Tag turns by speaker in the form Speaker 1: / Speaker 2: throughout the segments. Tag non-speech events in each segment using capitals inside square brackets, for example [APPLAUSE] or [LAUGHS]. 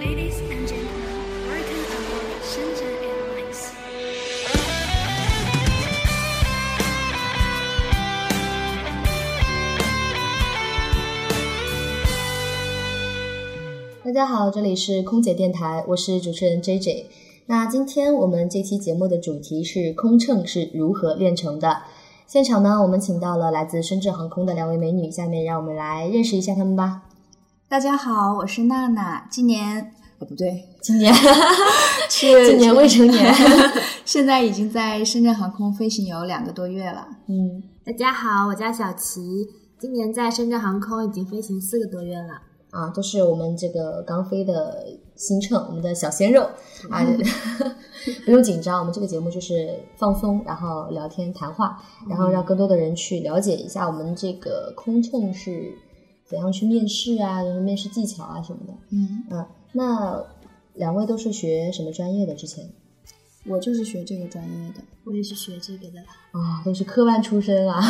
Speaker 1: Ladies and gentlemen, welcome aboard Shenzhen Airlines.
Speaker 2: 大家好，这里是空姐电台，我是主持人 J J。那今天我们这期节目的主题是空乘是如何练成的。现场呢，我们请到了来自深圳航空的两位美女，下面让我们来认识一下她们吧。
Speaker 3: 大家好，我是娜娜，今年呃、不对，
Speaker 2: 今年
Speaker 3: 是
Speaker 2: [LAUGHS] 今年未成
Speaker 4: [LAUGHS]
Speaker 2: 年，
Speaker 3: 现在已经在深圳航空飞行有两个多月了。
Speaker 2: 嗯，
Speaker 4: 大家好，我叫小齐，今年在深圳航空已经飞行四个多月了。
Speaker 2: 啊，都是我们这个刚飞的新乘，我们的小鲜肉啊， [LAUGHS] 不用紧张，我们这个节目就是放松，然后聊天谈话，然后让更多的人去了解一下我们这个空乘是怎样去面试啊，然后面试技巧啊什么的。
Speaker 3: 嗯，
Speaker 2: 啊，那两位都是学什么专业的？之前
Speaker 3: 我就是学这个专业的。
Speaker 4: 我也是学这个的，
Speaker 2: 啊、都是科班出身啊，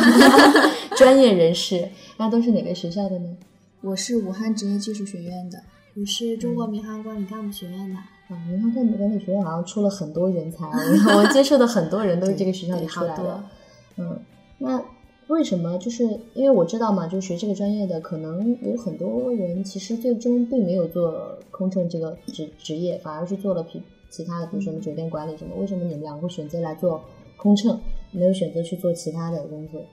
Speaker 2: [LAUGHS] 专业人士。那都是哪个学校的呢？
Speaker 3: 我是武汉职业技术学院的，
Speaker 4: 我是中国民航管理干部学院的。
Speaker 2: 啊，民航管理管理学院好像出了很多人才 [LAUGHS] 啊，我我接触的很多人都是这个学校里
Speaker 4: 对
Speaker 2: 出来
Speaker 4: 好
Speaker 2: 的
Speaker 4: 多。
Speaker 2: 嗯，那为什么？就是因为我知道嘛，就是学这个专业的，可能有很多人其实最终并没有做空乘这个职职业，反而是做了其其他的，比如什么酒店管理什么。为什么你们俩会选择来做空乘，没有选择去做其他的工作？
Speaker 3: 嗯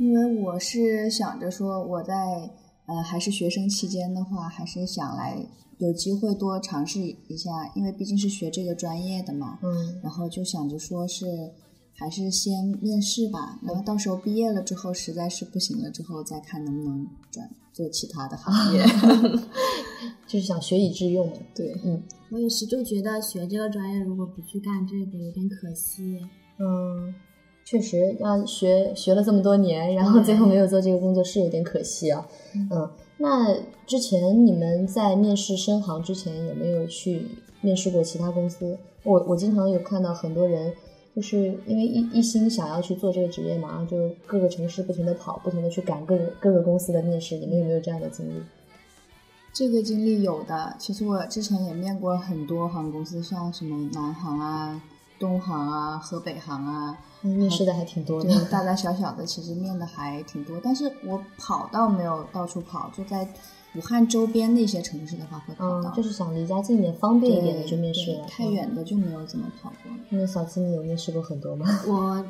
Speaker 3: 因为我是想着说我在呃还是学生期间的话，还是想来有机会多尝试一下，因为毕竟是学这个专业的嘛。
Speaker 2: 嗯
Speaker 3: 然后就想着说是还是先面试吧，然后到时候毕业了之后实在是不行了之后再看能不能转做其他的行
Speaker 4: [LAUGHS]
Speaker 3: 业。
Speaker 2: 就是想学以致用嘛。
Speaker 3: 对，
Speaker 2: 嗯
Speaker 4: 我也是，就觉得学这个专业如果不去干这个有点可惜。
Speaker 2: 嗯，确实，那学学了这么多年，然后最后没有做这个工作是有点可惜啊。嗯，那之前你们在面试深航之前有没有去面试过其他公司？我我经常有看到很多人。就是因为一一心想要去做这个职业嘛，然后就各个城市不停的跑，不停的去赶各个各个公司的面试。你们有没有这样的经历？
Speaker 3: 这个经历有的。其实我之前也面过很多航空公司，像什么南航啊、东航啊、河北航啊，
Speaker 2: 嗯面试的还挺多的。
Speaker 3: 对，大大小小的其实面的还挺多。但是我跑倒没有到处跑，就在武汉周边的一些城市的话会跑
Speaker 2: 嗯
Speaker 3: 到，，
Speaker 2: 就是想离家近一点、方便一点的去面试
Speaker 3: 对
Speaker 2: 了。嗯
Speaker 3: 太远的就没有怎么跑过。
Speaker 2: 那小七，你有面试过很多吗？
Speaker 4: 我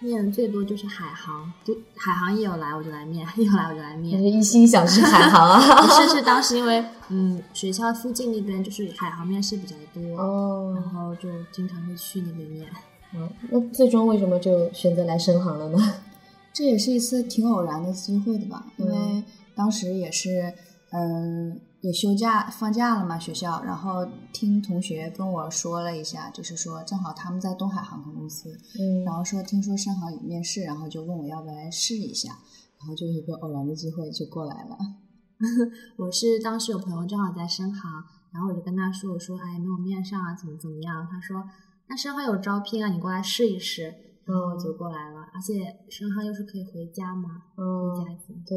Speaker 4: 面的最多就是海航，就海航一有来我就来
Speaker 3: [LAUGHS]
Speaker 4: 面，一有来我就来
Speaker 2: 你
Speaker 4: 面
Speaker 2: 是。 [LAUGHS] 一心想去海航啊？
Speaker 4: 不是，是当时因为嗯学校附近那边就是海航面试比较多，
Speaker 2: [LAUGHS] 哦
Speaker 4: 然，后就经常会去那边面。
Speaker 2: 嗯那最终为什么就选择来深航了呢？
Speaker 3: 这也是一次挺偶然的机会的吧，因
Speaker 2: 嗯
Speaker 3: 为当时也是，嗯、也休假放假了嘛，学校，然后听同学跟我说了一下，就是说正好他们在东海航空公司，
Speaker 2: 嗯
Speaker 3: 然后说听说深航有面试，然后就问我要不要来试一下，然后就一个偶然的机会就过来了。 [LAUGHS]
Speaker 4: 我是当时有朋友正好在深航，然后我就跟他说，我说哎没有面上啊，怎么怎么样？他说那深航有招聘啊，你过来试一试。然后我就过来了，而且深航又是可以回家嘛，回
Speaker 2: 哦嗯，
Speaker 4: 家近。
Speaker 2: 对，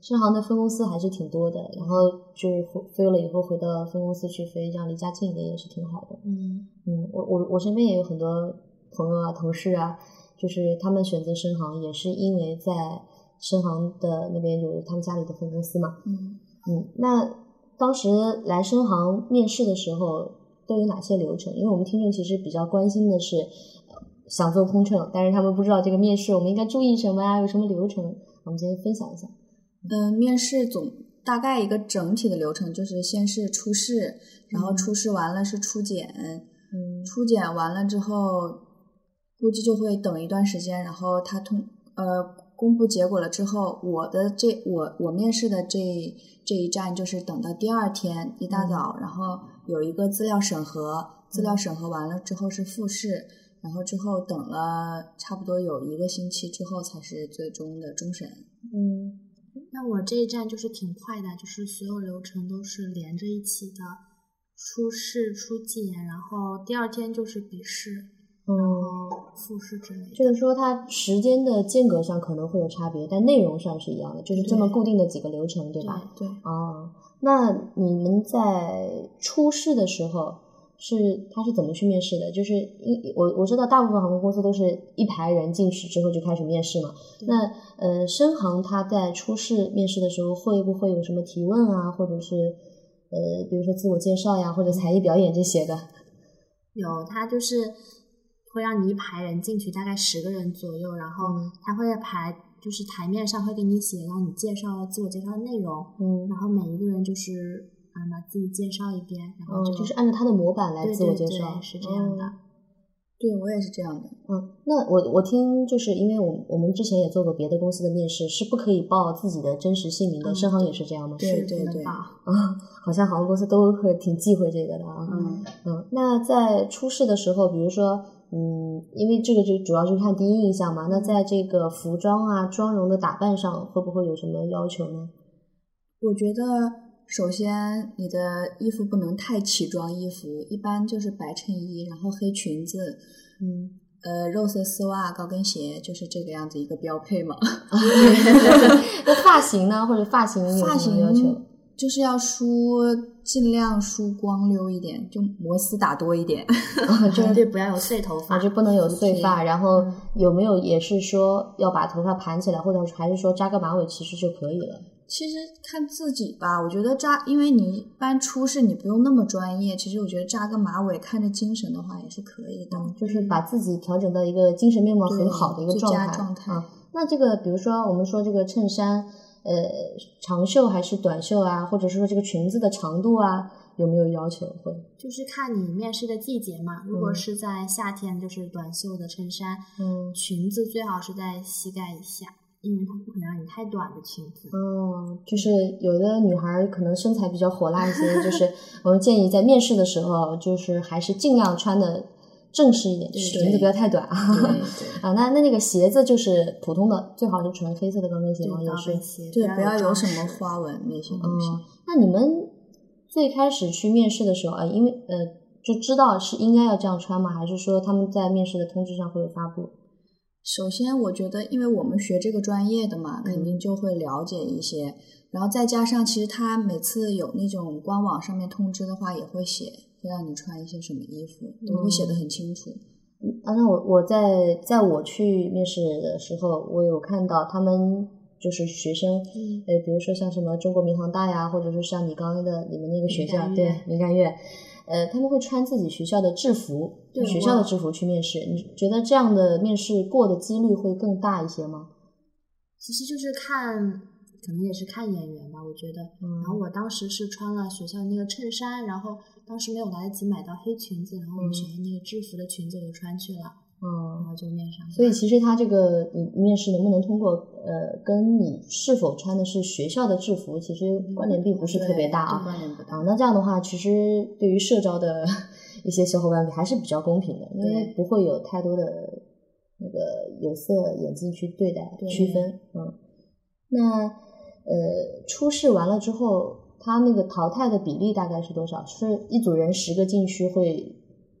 Speaker 2: 深航的分公司还是挺多的，然后就是回飞了以后回到分公司去飞，这样离家近一点也是挺好的。
Speaker 4: 嗯，
Speaker 2: 嗯，我我我身边也有很多朋友啊、同事啊，就是他们选择深航也是因为在深航的那边有他们家里的分公司嘛。
Speaker 3: 嗯，
Speaker 2: 嗯，那当时来深航面试的时候都有哪些流程？因为我们听众其实比较关心的是，呃想做空乘，但是他们不知道这个面试我们应该注意什么啊，有什么流程，我们今天分享一下。
Speaker 3: 嗯、面试总大概一个整体的流程就是先是初试，然后
Speaker 2: 嗯
Speaker 3: 初试完了是初检，
Speaker 2: 嗯
Speaker 3: 初检完了之后，估计就会等一段时间，然后他通呃公布结果了之后，我的这我我面试的这这一站就是等到第二天一
Speaker 2: 嗯
Speaker 3: 大早，然后有一个资料审核，资料审核完了之后是复试，然后之后等了差不多有一个星期之后才是最终的终审。
Speaker 2: 嗯
Speaker 4: 那我这一站就是挺快的，就是所有流程都是连着一起的，初试、初检，然后第二天就是笔试。
Speaker 2: 嗯
Speaker 4: 然
Speaker 2: 嗯，
Speaker 4: 后复试之类的。
Speaker 2: 就是说它时间的间隔上可能会有差别，但内容上是一样的，就是这么固定的几个流程，对吧？
Speaker 3: 对，
Speaker 2: 哦，那你们在初试的时候是他是怎么去面试的？就是一我我知道大部分航空公司都是一排人进去之后就开始面试嘛。那呃，深航他在初试面试的时候会不会有什么提问啊，或者是呃，比如说自我介绍呀，或者才艺表演这些的？
Speaker 4: 有，他就是会让你一排人进去，大概十个人左右，然后
Speaker 2: 嗯
Speaker 4: 他会排，就是台面上会给你写，让你介绍自我介绍的内容，
Speaker 2: 嗯
Speaker 4: 然后每一个人就是嗯把自己介绍一遍，然后
Speaker 2: 哦，就是按照他的模板来
Speaker 4: 嗯对
Speaker 2: 自我
Speaker 4: 对
Speaker 2: 介
Speaker 4: 对
Speaker 2: 绍，
Speaker 4: 是这样的
Speaker 2: 哦
Speaker 3: 对我也是这样的。
Speaker 2: 嗯，那我我听就是因为我我们之前也做过别的公司的面试，是不可以报自己的真实姓名的，
Speaker 4: 嗯
Speaker 2: 深航也是这样吗？
Speaker 3: 对
Speaker 4: 是不能报
Speaker 2: 啊，好像航空公司都会挺忌讳这个的啊。
Speaker 3: 嗯
Speaker 2: 嗯，那在初试的时候，比如说，嗯，因为这个就主要就是看第一印象嘛。
Speaker 4: 嗯
Speaker 2: 那在这个服装啊、妆容的打扮上，会不会有什么要求
Speaker 4: [LAUGHS]
Speaker 2: 呢？ [LAUGHS]
Speaker 3: 我觉得首先你的衣服不能太奇装异服，一般就是白衬衣，然后黑裙子，
Speaker 2: 嗯，
Speaker 3: 呃，肉色丝袜、高跟鞋，就是这个样子一个标配嘛。
Speaker 2: 那发型呢，或者发型有
Speaker 3: 发
Speaker 2: 什么要求
Speaker 3: 型？就是要梳，尽量梳光溜一点，就摩丝打多一点。 [LAUGHS]
Speaker 2: 啊就
Speaker 4: 对，
Speaker 2: 是
Speaker 4: 不要有碎头发
Speaker 2: 啊，。就不能有碎发。
Speaker 3: 对
Speaker 2: 然后
Speaker 4: 嗯
Speaker 2: 有没有也是说要把头发盘起来，或者还是说扎个马尾其实就可以了？
Speaker 3: 其实看自己吧，我觉得扎，因为你一般初试你不用那么专业，其实我觉得扎个马尾看着精神的话也是可以的。
Speaker 2: 嗯，就是把自己调整到一个精神面貌很
Speaker 3: 对
Speaker 2: 好的一个
Speaker 3: 最
Speaker 2: 状
Speaker 3: 佳
Speaker 2: 态。
Speaker 3: 状态
Speaker 2: 啊，那这个比如说我们说这个衬衫，呃，长袖还是短袖啊，或者是说这个裙子的长度啊，有没有要求？会，
Speaker 4: 就是看你面试的季节嘛。如果
Speaker 2: 嗯
Speaker 4: 是在夏天，就是短袖的衬衫，
Speaker 2: 嗯
Speaker 4: 裙子最好是在膝盖以下，因为它不可能让你太短的裙子。
Speaker 2: 哦，就是有的女孩儿可能身材比较火辣一些，就是 [LAUGHS] 我们建议在面试的时候，就是还是尽量穿的正式一点，
Speaker 3: 对
Speaker 2: 裙子不要太短啊。
Speaker 3: 对对
Speaker 2: 啊，那那那个鞋子就是普通的，最好是纯黑色的高跟鞋
Speaker 4: 对，
Speaker 2: 吗？也
Speaker 4: 高
Speaker 2: 是
Speaker 4: 跟鞋，
Speaker 2: [LAUGHS]
Speaker 3: 对，不要有
Speaker 4: 装
Speaker 3: 什么
Speaker 4: 饰
Speaker 3: 花纹那些东西。
Speaker 2: 哦，那你们最开始去面试的时候啊，因为呃，就知道是应该要这样穿吗？还是说他们在面试的通知上会有发布？
Speaker 3: 首先，我觉得，因为我们学这个专业的嘛，肯
Speaker 4: 嗯
Speaker 3: 定就会了解一些。然后再加上，其实他每次有那种官网上面通知的话，也会写会让你穿一些什么衣服，都会写的很清
Speaker 4: 嗯
Speaker 3: 楚。
Speaker 2: 啊，那我我在在我去面试的时候，我有看到他们就是学生，
Speaker 4: 嗯
Speaker 2: 呃，比如说像什么中国民航大呀，或者是像你刚刚的你们那个学校，
Speaker 4: 感
Speaker 2: 对
Speaker 4: 院
Speaker 2: 民干院，呃，他们会穿自己学校的制服，
Speaker 4: 对
Speaker 2: 学校
Speaker 4: 我
Speaker 2: 的制服去面试。你觉得这样的面试过的几率会更大一些吗？
Speaker 4: 其实就是看，可能也是看演员吧，我觉得。然
Speaker 2: 嗯
Speaker 4: 后我当时是穿了学校那个衬衫，然后当时没有来得及买到黑裙子，然后我们学校那个制服的裙子我就穿去了，
Speaker 2: 嗯
Speaker 4: 然后就面上了。
Speaker 2: 所以其实他这个你面试能不能通过，呃，跟你是否穿的是学校的制服，其实关联并不是特别大
Speaker 3: 对
Speaker 2: 啊。
Speaker 3: 关联不大。
Speaker 2: 啊，那这样的话，其实对于社招的一些小伙伴还是比较公平的，因为
Speaker 3: 对
Speaker 2: 不会有太多的那个有色眼镜去对待
Speaker 3: 对
Speaker 2: 区分。嗯，那呃，初试完了之后，他那个淘汰的比例大概是多少？是一组人十个进去会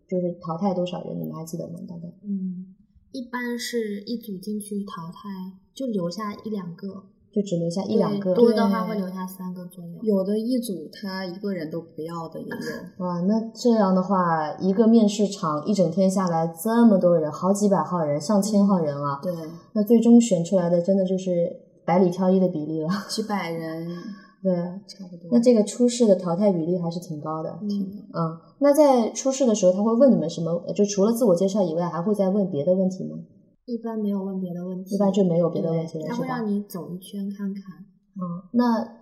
Speaker 2: 就是淘汰多少人？你们还记得吗？大概？
Speaker 4: 嗯，一般是一组进去淘汰，就留下一两个，
Speaker 2: 就只留下一
Speaker 4: 对
Speaker 2: 两个。
Speaker 4: 多的话会
Speaker 3: 对
Speaker 4: 留下三个左右。
Speaker 3: 有的一组他一个人都不要的也
Speaker 4: [LAUGHS]
Speaker 3: 有，
Speaker 2: 哇，那这样的话，一个面试场一整天下来，这么多人，好几百号人，上千号人啊，
Speaker 3: 对，
Speaker 2: 那最终选出来的真的就是百里挑一的比例了。 [LAUGHS]
Speaker 3: 几百人
Speaker 2: 对，啊
Speaker 3: 差不多
Speaker 2: 那。这个初试的淘汰比例还是挺高的。
Speaker 4: 嗯，
Speaker 2: 嗯，那在初试的时候，他会问你们什么？呃就除了自我介绍以外，还会再问别的问题吗？
Speaker 4: 一般没有问别的问题，
Speaker 2: 一般就没有别的问题
Speaker 4: 对
Speaker 2: 了，
Speaker 4: 他
Speaker 2: 是
Speaker 4: 会
Speaker 2: 吧？
Speaker 4: 让你走一圈看看。
Speaker 2: 嗯，那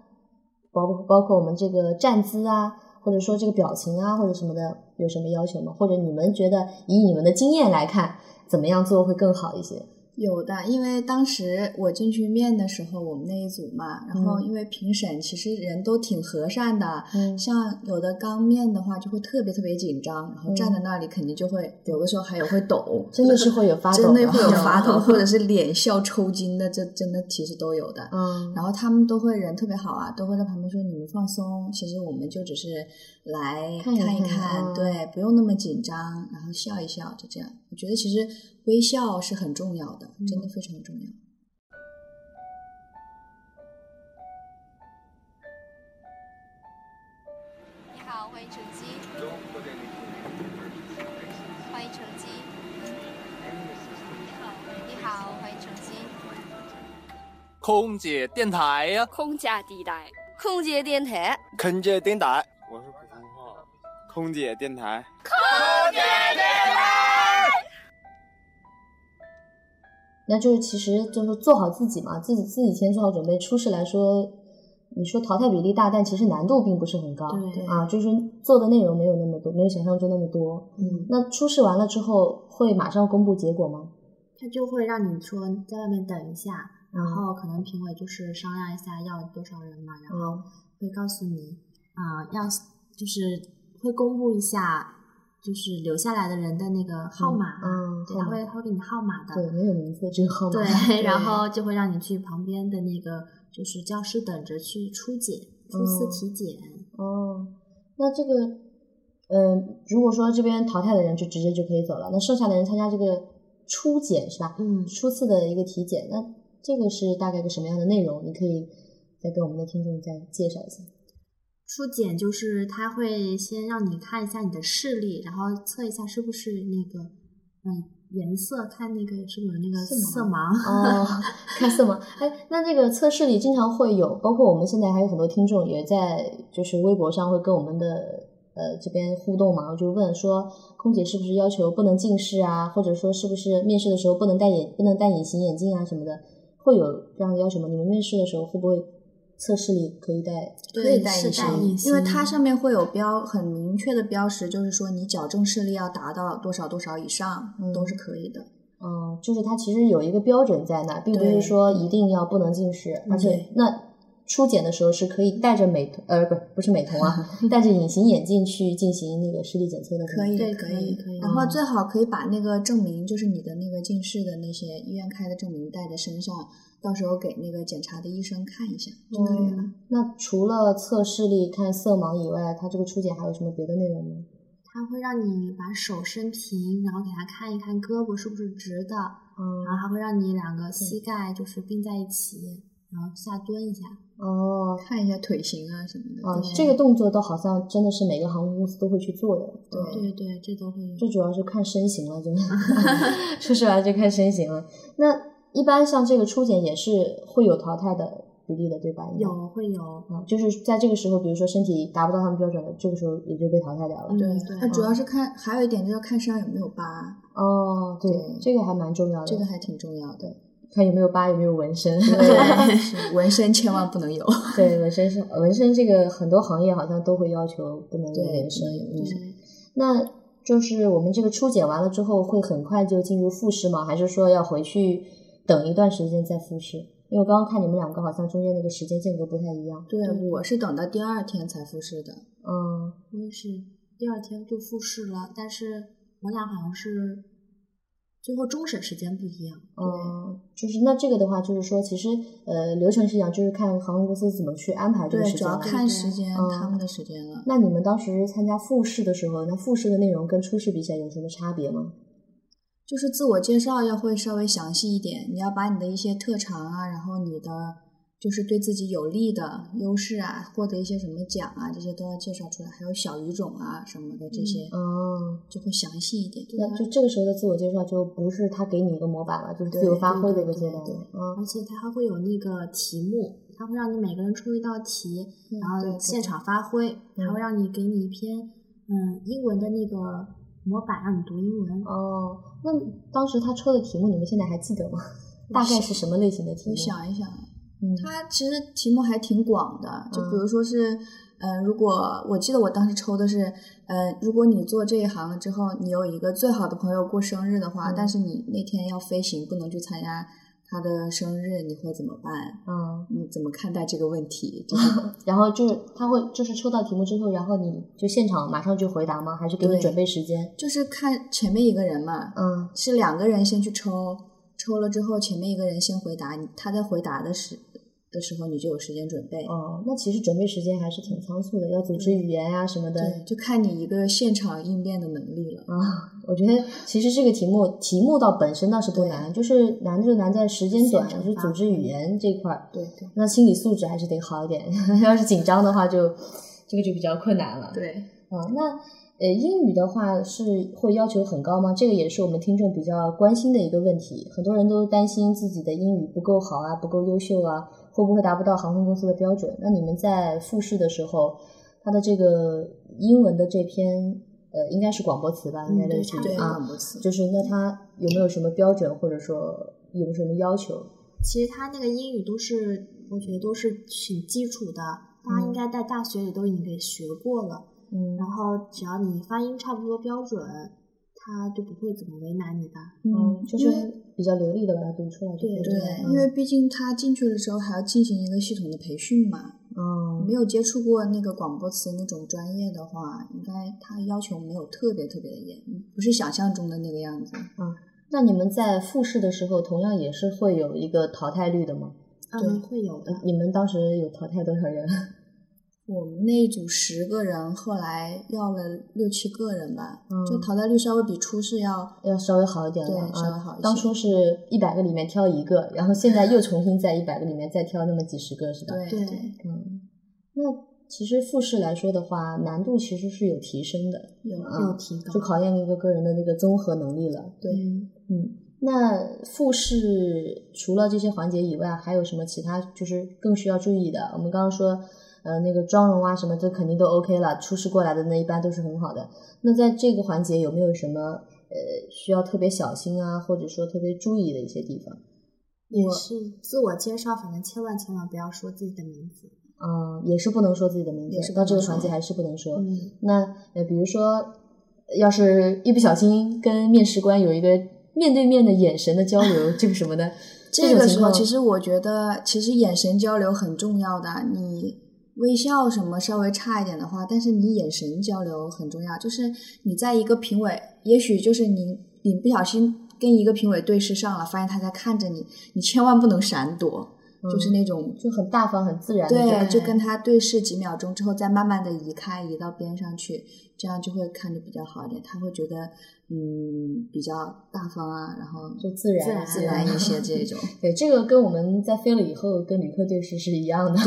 Speaker 2: 包包括我们这个站姿啊，或者说这个表情啊，或者什么的，有什么要求吗？或者你们觉得以你们的经验来看，怎么样做会更好一些？
Speaker 3: 有的，因为当时我进去面的时候，我们那一组嘛，然后
Speaker 2: 嗯
Speaker 3: 因为评审其实人都挺和善的，
Speaker 2: 嗯
Speaker 3: 像有的刚面的话就会特别特别紧张，
Speaker 2: 嗯
Speaker 3: 然后站在那里肯定就会、有的时候还有会抖，
Speaker 2: 真的是会有发抖
Speaker 3: 真的会有
Speaker 2: 的
Speaker 3: 发抖，或者是脸笑抽筋的，这真的其实都有的。
Speaker 2: [LAUGHS]
Speaker 3: [LAUGHS]
Speaker 2: 嗯
Speaker 3: 然后他们都会人特别好啊，都会在旁边说你们放松，其实我们就只是来
Speaker 2: 看一
Speaker 3: 看
Speaker 2: 看啊
Speaker 3: 对，不用那么紧张，然后笑一笑，就这样。我觉得其实微笑是很重要的，
Speaker 2: 嗯
Speaker 3: 真的非常重要。
Speaker 5: 你好，欢迎乘机。欢迎乘机。你好，欢迎乘机。
Speaker 6: 空姐电台呀、
Speaker 7: 空姐地带，空姐电台，
Speaker 8: 空姐电台，我是普通话，空姐电台。
Speaker 2: 那就是其实就是做好自己嘛，自己自己先做好准备。初试来说，你说淘汰比例大，但其实难度并不是很高
Speaker 3: 对
Speaker 2: 啊，就是做的内容没有那么多，没有想象中那么多。
Speaker 3: 嗯，
Speaker 2: 那初试完了之后，会马上公布结果吗？嗯
Speaker 4: 他就会让你说在外面等一下，然后可能评委就是商量一下要多少人嘛，然
Speaker 2: 嗯
Speaker 4: 后会告诉你，啊、要就是会公布一下，就是留下来的人的那个号码，
Speaker 2: 嗯，
Speaker 4: 对，他会他会给你号码的，
Speaker 2: 对，没有名字这个号码。
Speaker 4: 对，然后就会让你去旁边的那个就是教室等着去初检、初次
Speaker 2: 嗯
Speaker 4: 体检。
Speaker 2: 哦，那这个，嗯，如果说这边淘汰的人就直接就可以走了，那剩下的人参加这个初检是吧？
Speaker 4: 嗯
Speaker 2: 初次的一个体检，那这个是大概个什么样的内容？你可以再跟我们的听众再介绍一下。
Speaker 4: 初检就是他会先让你看一下你的视力，然后测一下是不是那个嗯颜色，看那个是不是有那个
Speaker 2: 色
Speaker 4: 色
Speaker 2: 盲
Speaker 4: 盲。
Speaker 2: 哦， [LAUGHS] 看色盲。哎，那这个测试里经常会有，包括我们现在还有很多听众也在就是微博上会跟我们的呃这边互动嘛，就问说空姐是不是要求不能近视啊，或者说是不是面试的时候不能戴眼不能戴隐形眼镜啊什么的，会有这样的要求吗？你们面试的时候会不会测试里可以戴？
Speaker 3: 可
Speaker 4: 对
Speaker 3: 以戴
Speaker 4: 是
Speaker 3: 隐
Speaker 4: 戴
Speaker 3: 形
Speaker 4: 隐，
Speaker 3: 因为
Speaker 4: 形
Speaker 3: 它上面会有标很明确的标识，就是说你矫正视力要达到多少多少以上、
Speaker 2: 嗯
Speaker 3: 都是可以的。
Speaker 2: 嗯，就是它其实有一个标准在那，并不是
Speaker 3: 对
Speaker 2: 说一定要不能近视，而且
Speaker 3: 对
Speaker 2: 那初检的时候是可以戴着美瞳，呃，不不是美瞳
Speaker 3: [LAUGHS]
Speaker 2: 啊，戴着隐形眼镜去进行那个视力检测的，
Speaker 3: 可以，
Speaker 4: 对
Speaker 3: 嗯可
Speaker 4: 可以可以嗯
Speaker 3: 然后最好可以把那个证明，就是你的那个近视的那些医院开的证明带在身上，到时候给那个检查的医生看一下就可以了。
Speaker 2: 嗯，那除了测视力看色盲以外，它这个初检还有什么别的内容吗？
Speaker 4: 他会让你把手伸平，然后给他看一看胳膊是不是直的，然
Speaker 2: 嗯，
Speaker 3: 哦
Speaker 4: 后还会让你两个膝盖就是并在一起，然后下蹲一下。
Speaker 2: 哦，
Speaker 3: 看一下腿型啊什么
Speaker 4: 哦
Speaker 3: 的。
Speaker 2: 啊
Speaker 3: 对，
Speaker 2: 这个动作都好像真的是每个航空公司都会去做的，对
Speaker 4: 对对，这都会有。
Speaker 2: 最主要是看身形 [LAUGHS] 了，真的，初试完就看身形了。那一般像这个初检也是会有淘汰的比例的，对吧？
Speaker 4: 有会有，
Speaker 2: 啊，就是在这个时候，比如说身体达不到他们标准的，这个时候也就被淘汰掉了。啊
Speaker 4: 嗯
Speaker 3: 对
Speaker 4: 对，
Speaker 3: 它主要是看，还有一点就是要看身上有没有疤，
Speaker 2: 哦，对，这个还蛮重要的，
Speaker 3: 这个还挺重要的。
Speaker 2: 看有没有疤，有没有纹身。
Speaker 3: 对， [LAUGHS] 是纹身千万不能有。
Speaker 2: [LAUGHS] 对，纹身是纹身，这个很多行业好像都会要求不能有
Speaker 3: 对
Speaker 2: 纹身。
Speaker 3: 不能有
Speaker 2: 嗯
Speaker 3: 纹身
Speaker 2: 那就是我们这个初检完了之后，会很快就进入复试吗？还是说要回去等一段时间再复试？因为我刚刚看你们两个好像中间那个时间间隔不太一样。
Speaker 3: 对，啊我是等到第二天才复试的。
Speaker 2: 嗯，
Speaker 4: 我也是第二天就复试了，但是我俩好像是最后终审时间不一样。
Speaker 2: 哦，就是那这个的话，就是说其实呃流程是一样，就是看航空公司怎么去安排这个
Speaker 3: 对，
Speaker 2: 时
Speaker 3: 主
Speaker 2: 间
Speaker 3: 要
Speaker 2: 了。
Speaker 3: 看时间，
Speaker 2: 嗯
Speaker 3: 他们的时间了。
Speaker 2: 那你们当时参加复试的时候，那复试的内容跟初试比起来有什么差别吗？
Speaker 3: 就是自我介绍要会稍微详细一点，你要把你的一些特长啊，然后你的就是对自己有利的优势啊，获得一些什么奖啊，这些都要介绍出来，还有小语种啊什么的这些，
Speaker 2: 哦，
Speaker 3: 就会详细一点。对啊
Speaker 2: 那就这个时候的自我介绍就不是他给你一个模板了，就是自
Speaker 3: 对
Speaker 2: 由发
Speaker 3: 对
Speaker 2: 挥的
Speaker 3: 对
Speaker 2: 一个阶
Speaker 3: 对
Speaker 2: 段
Speaker 3: 对
Speaker 2: 了。嗯，
Speaker 4: 而且它还会有那个题目，它会让你每个人出一道题，然
Speaker 3: 对对
Speaker 4: 后
Speaker 3: 嗯
Speaker 4: 现场发挥，还会让你给你一篇嗯英文的那个模板，让你读英文。
Speaker 2: 哦，那当时他抽的题目，你们现在还记得吗？大概是什么类型的题目？
Speaker 3: 我想一想，
Speaker 2: 嗯，
Speaker 3: 它其实题目还挺广的，就比如说是，呃，如果我记得我当时抽的是，呃，如果你做这一行了之后，你有一个最好的朋友过生日的话，
Speaker 2: 嗯
Speaker 3: 但是你那天要飞行，不能去参加他的生日，你会怎么办？
Speaker 2: 嗯，
Speaker 3: 你怎么看待这个问题？
Speaker 2: [LAUGHS]
Speaker 3: 就是
Speaker 2: 然后就是他会就是抽到题目之后，然后你就现场马上就回答吗？还是给你
Speaker 3: 对
Speaker 2: 准备时间？
Speaker 3: 就是看前面一个人嘛，
Speaker 2: 嗯，
Speaker 3: 是两个人先去抽，抽了之后前面一个人先回答，你他在回答的时的时候，你就有时间准备。
Speaker 2: 哦，那其实准备时间还是挺仓促的，要组织语言呀、什么的。
Speaker 3: 对，就看你一个现场应变的能力了。
Speaker 2: 啊，我觉得其实这个题目题目倒本身倒是不难，就是难就难在时间短，
Speaker 3: 现
Speaker 2: 就
Speaker 3: 场啊
Speaker 2: 是组织语言这一块儿。
Speaker 3: 对对
Speaker 2: 那心理素质还是得好一点， [LAUGHS] 要是紧张的话就这个就比较困难了。
Speaker 3: 对，
Speaker 2: 啊，那呃英语的话是会要求很高吗？这个也是我们听众比较关心的一个问题，很多人都担心自己的英语不够好啊，不够优秀啊，会不会达不到航空公司的标准？那你们在复试的时候，它的这个英文的这篇呃应该是广播词吧，应该类似于
Speaker 3: 嗯对，
Speaker 2: 啊，
Speaker 3: 广播词。
Speaker 2: 就是那它有没有什么标准，或者说有没有什么要求？
Speaker 4: 其实他那个英语都是，我觉得都是挺基础的，大家应该在大学里都已经给学过了。
Speaker 2: 嗯
Speaker 4: 然后只要你发音差不多标准，他就不会怎么为难你吧。
Speaker 2: 嗯，就
Speaker 3: 因为
Speaker 2: 是比较流利的把它读出来就可以了。嗯
Speaker 3: 对，因为毕竟他进去的时候还要进行一个系统的培训嘛，
Speaker 2: 嗯
Speaker 3: 没有接触过那个广播词那种专业的话，应该他要求没有特别特别的严，不是想象中的那个样子。
Speaker 2: 那你们在复试的时候，同样也是会有一个淘汰率的吗？
Speaker 4: 嗯，会有的。
Speaker 2: 你们当时有淘汰多少人？ [LAUGHS]
Speaker 3: 我们那一组十个人，后来要了六七个人吧，
Speaker 2: 嗯
Speaker 3: 就淘汰率稍微比初试要
Speaker 2: 要稍微好一点了
Speaker 3: 对
Speaker 2: 啊。
Speaker 3: 稍微好一些
Speaker 2: 当初是一百个里面挑一个，然后现在又重新在一百个里面再挑那么几十个，是吧？
Speaker 3: 对
Speaker 4: 对
Speaker 2: 嗯，那其实复试来说的话，难度其实是有提升的，
Speaker 3: 有
Speaker 2: 啊
Speaker 4: 有提高
Speaker 2: 就考验一个个人的那个综合能力了。
Speaker 3: 对
Speaker 4: 嗯
Speaker 2: 嗯，那复试除了这些环节以外，还有什么其他就是更需要注意的？我们刚刚说，呃，那个妆容啊什么，这肯定都 OK 了，初试过来的那一般都是很好的。那在这个环节有没有什么呃需要特别小心啊，或者说特别注意的一些地方？
Speaker 4: 也是自我介绍，反正千万千万不要说自己的名字。
Speaker 2: 嗯，也是不能说自己的名字，
Speaker 3: 也是不
Speaker 2: 到这个
Speaker 3: 能说
Speaker 2: 环节还是不能说。
Speaker 4: 嗯，
Speaker 2: 那呃，比如说，要是一不小心跟面试官有一个面对面的眼神的交流，这个什么的，
Speaker 3: 这
Speaker 2: 种
Speaker 3: 个
Speaker 2: 情
Speaker 3: 时候，
Speaker 2: 况
Speaker 3: 其实我觉得，其实眼神交流很重要的。你微笑什么稍微差一点的话，但是你眼神交流很重要。就是你在一个评委，也许就是你你不小心跟一个评委对视上了，发现他在看着你，你千万不能闪
Speaker 2: 嗯
Speaker 3: 躲，
Speaker 4: 嗯
Speaker 3: 就是那种
Speaker 2: 就很大方、很自然的那
Speaker 3: 对，
Speaker 2: 种。
Speaker 3: 就跟他对视几秒钟之后，再慢慢的移开，移到边上去，这样就会看着比较好一点。他会觉得嗯比较大方啊，然后
Speaker 2: 就自然啊
Speaker 3: 自然一些这
Speaker 2: [LAUGHS]
Speaker 3: 种。
Speaker 2: 对，这个跟我们在飞了以后跟旅客对视是一样的。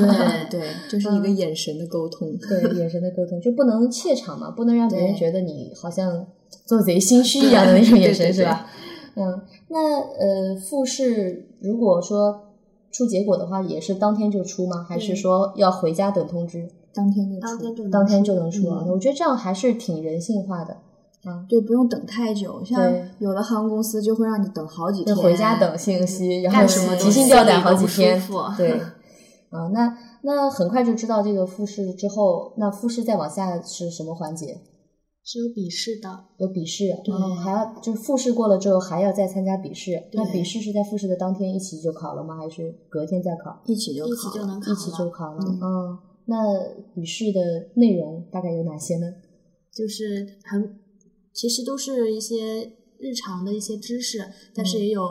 Speaker 3: 对 [LAUGHS] 对，就是一个眼神的沟通。
Speaker 2: [LAUGHS] 对，眼神的沟通就不能怯场嘛，不能让别人
Speaker 3: 对
Speaker 2: 觉得你好像做贼心虚一样的那种眼神，
Speaker 3: 对对
Speaker 2: 是吧？嗯，那呃，复试如果说出结果的话，也是当天就出吗？还是说要回家等通知？
Speaker 3: 当天就
Speaker 4: 嗯当天
Speaker 3: 出，
Speaker 4: 就能
Speaker 2: 当天就能出啊？
Speaker 3: 嗯
Speaker 2: 我觉得这样还是挺人性化的，
Speaker 3: 对，不用等太久。
Speaker 2: 对
Speaker 3: 像有的航空公司就会让你等好几
Speaker 2: 就
Speaker 3: 天，
Speaker 2: 回家等信息，然后
Speaker 4: 啊干什么
Speaker 2: 提心
Speaker 4: 都
Speaker 2: 吊
Speaker 4: 心
Speaker 2: 胆
Speaker 4: 里
Speaker 2: 好
Speaker 4: 都
Speaker 2: 几
Speaker 4: 不舒
Speaker 2: 天
Speaker 4: 服。
Speaker 2: [LAUGHS] 对，啊，那那很快就知道这个复试之后，那复试再往下是什么环节？
Speaker 4: 是有笔试的。
Speaker 2: 有笔试，嗯，还要就是复试过了之后还要再参加笔试。那笔试是在复试的当天一起就考了吗？还是隔天再考？
Speaker 3: 一起就
Speaker 4: 一
Speaker 3: 考
Speaker 4: 起
Speaker 3: 了
Speaker 4: 就能考
Speaker 2: 一起就
Speaker 4: 了
Speaker 2: 考了。嗯，那笔试的内容大概有哪些呢？
Speaker 4: 就是很，其实都是一些日常的一些知识，但是也有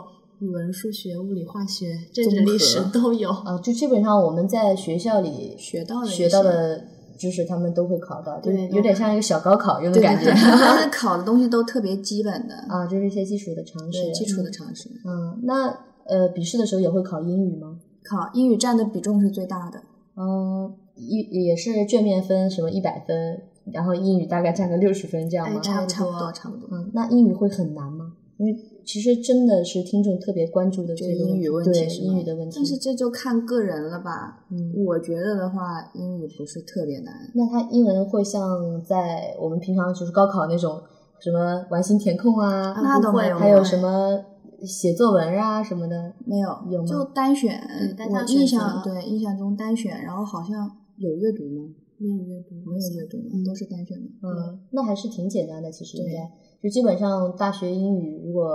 Speaker 4: 语文、数学、物理、化学、政治、
Speaker 2: 嗯综合
Speaker 4: 历史都有。
Speaker 2: 啊，就基本上我们在学校里
Speaker 3: 学到了一
Speaker 2: 学到
Speaker 3: 些
Speaker 2: 的知识，他们都会考到，就
Speaker 4: 对
Speaker 2: 有点像一个小高考有种
Speaker 3: 对
Speaker 2: 感
Speaker 3: 对
Speaker 2: 觉 [LAUGHS]
Speaker 3: 对，他们考的东西都特别基本的，
Speaker 2: 啊，就是一些基础的常识，
Speaker 3: 对基础的常识。
Speaker 2: 嗯，那呃，笔试的时候也会考英语吗？
Speaker 3: 考英语占的比重是最大的，
Speaker 2: 嗯，一也是卷面分什么一百分，然后英语大概占个六十分这样吗
Speaker 4: 哎？差不多
Speaker 3: 差不多差不多。
Speaker 2: 嗯，那英语会很难吗？因为其实真的是听众特别关注的
Speaker 3: 就
Speaker 2: 这个
Speaker 3: 英语问题
Speaker 2: 对
Speaker 3: 是吗
Speaker 2: 英语的问题。
Speaker 3: 但是这就看个人了吧。
Speaker 2: 嗯
Speaker 3: 我觉得的话，英语不是特别难。
Speaker 2: 那他英文会像在我们平常就是高考那种什么完形填空啊，
Speaker 4: 那
Speaker 3: 倒没有
Speaker 2: 还有什么写作文啊什么的，
Speaker 3: 没有，
Speaker 2: 有吗
Speaker 3: 就单选
Speaker 4: 对。单
Speaker 3: 我
Speaker 4: 项选
Speaker 3: 印象
Speaker 4: 择
Speaker 3: 对印象中单选，然后好像有阅读吗？
Speaker 4: 没有阅读，
Speaker 3: 没有阅读吗？都是单选吗？
Speaker 2: 嗯，那还是挺简单的，其实
Speaker 3: 对
Speaker 2: 应该就基本上大学英语如果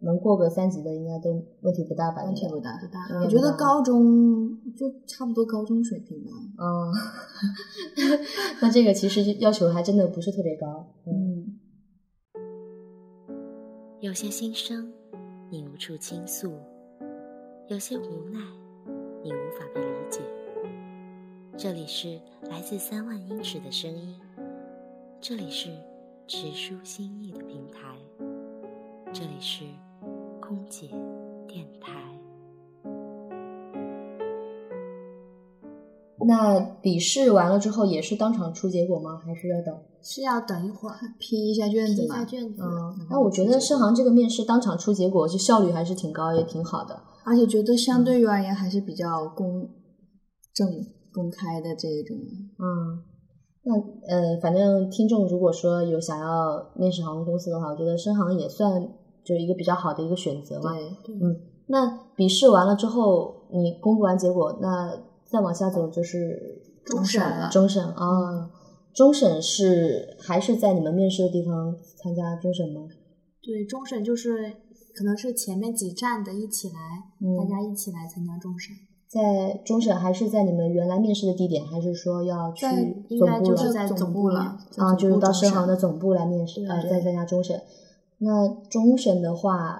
Speaker 2: 能过个三级的，应该都问题不大吧？
Speaker 3: 问题
Speaker 2: 应该
Speaker 3: 不大
Speaker 4: 不。大。
Speaker 2: 嗯
Speaker 3: 我
Speaker 2: 不
Speaker 3: 觉得
Speaker 2: 大
Speaker 3: 高中就差不多高中水平吧。
Speaker 2: 嗯，那这个其实要求还真的不是特别高。嗯，
Speaker 3: 嗯，
Speaker 9: 有些心声，你无处倾诉；有些无奈，你无法这里是来自三万英尺的声音，这里是直抒心意的平台，这里是空姐电台。
Speaker 2: 那笔试完了之后也是当场出结果吗？还是要
Speaker 3: 嗯
Speaker 2: 等？
Speaker 4: 是要等一会
Speaker 3: [LAUGHS]
Speaker 4: 儿
Speaker 3: 批一下卷
Speaker 4: 批
Speaker 3: 子
Speaker 4: 一
Speaker 3: 嘛
Speaker 4: 下。卷子。
Speaker 2: 嗯
Speaker 4: 然，
Speaker 2: 那
Speaker 4: 后
Speaker 2: 我觉
Speaker 4: 出
Speaker 2: 得
Speaker 4: 结
Speaker 2: 盛
Speaker 4: 果
Speaker 2: 航这个面试当场出结果，就效率还是挺高，也挺好的。
Speaker 3: 而且觉得
Speaker 4: 嗯
Speaker 3: 相对于而言还是比较公正、公开的这一种。
Speaker 2: 嗯，那呃，反正听众如果说有想要面试航空公司的话，我觉得深航也算就一个比较好的一个选择嘛。嗯
Speaker 3: 对对
Speaker 2: 那笔试完了之后，你公布完结果，那再往下走就是
Speaker 3: 终审了嗯
Speaker 2: 终审啊、终审是还是在你们面试的地方参加终审吗？
Speaker 4: 对终审就是可能是前面几站的一起来，
Speaker 2: 嗯
Speaker 4: 大家一起来参加终审，
Speaker 2: 在终审还是在你们原来面试的地点，还是说要去
Speaker 4: 在应
Speaker 2: 总
Speaker 4: 该
Speaker 2: 部
Speaker 4: 就
Speaker 2: 了
Speaker 4: 是在
Speaker 3: 总
Speaker 4: 总
Speaker 3: 部
Speaker 4: 部
Speaker 3: 了
Speaker 4: 面
Speaker 3: 在
Speaker 2: 啊，
Speaker 3: 总
Speaker 2: 就是
Speaker 3: 部
Speaker 2: 到
Speaker 3: 终
Speaker 2: 深航
Speaker 3: 审
Speaker 2: 的总部来面试，
Speaker 4: 对
Speaker 2: 呃，
Speaker 4: 对
Speaker 2: 再参加终审。那终审的话，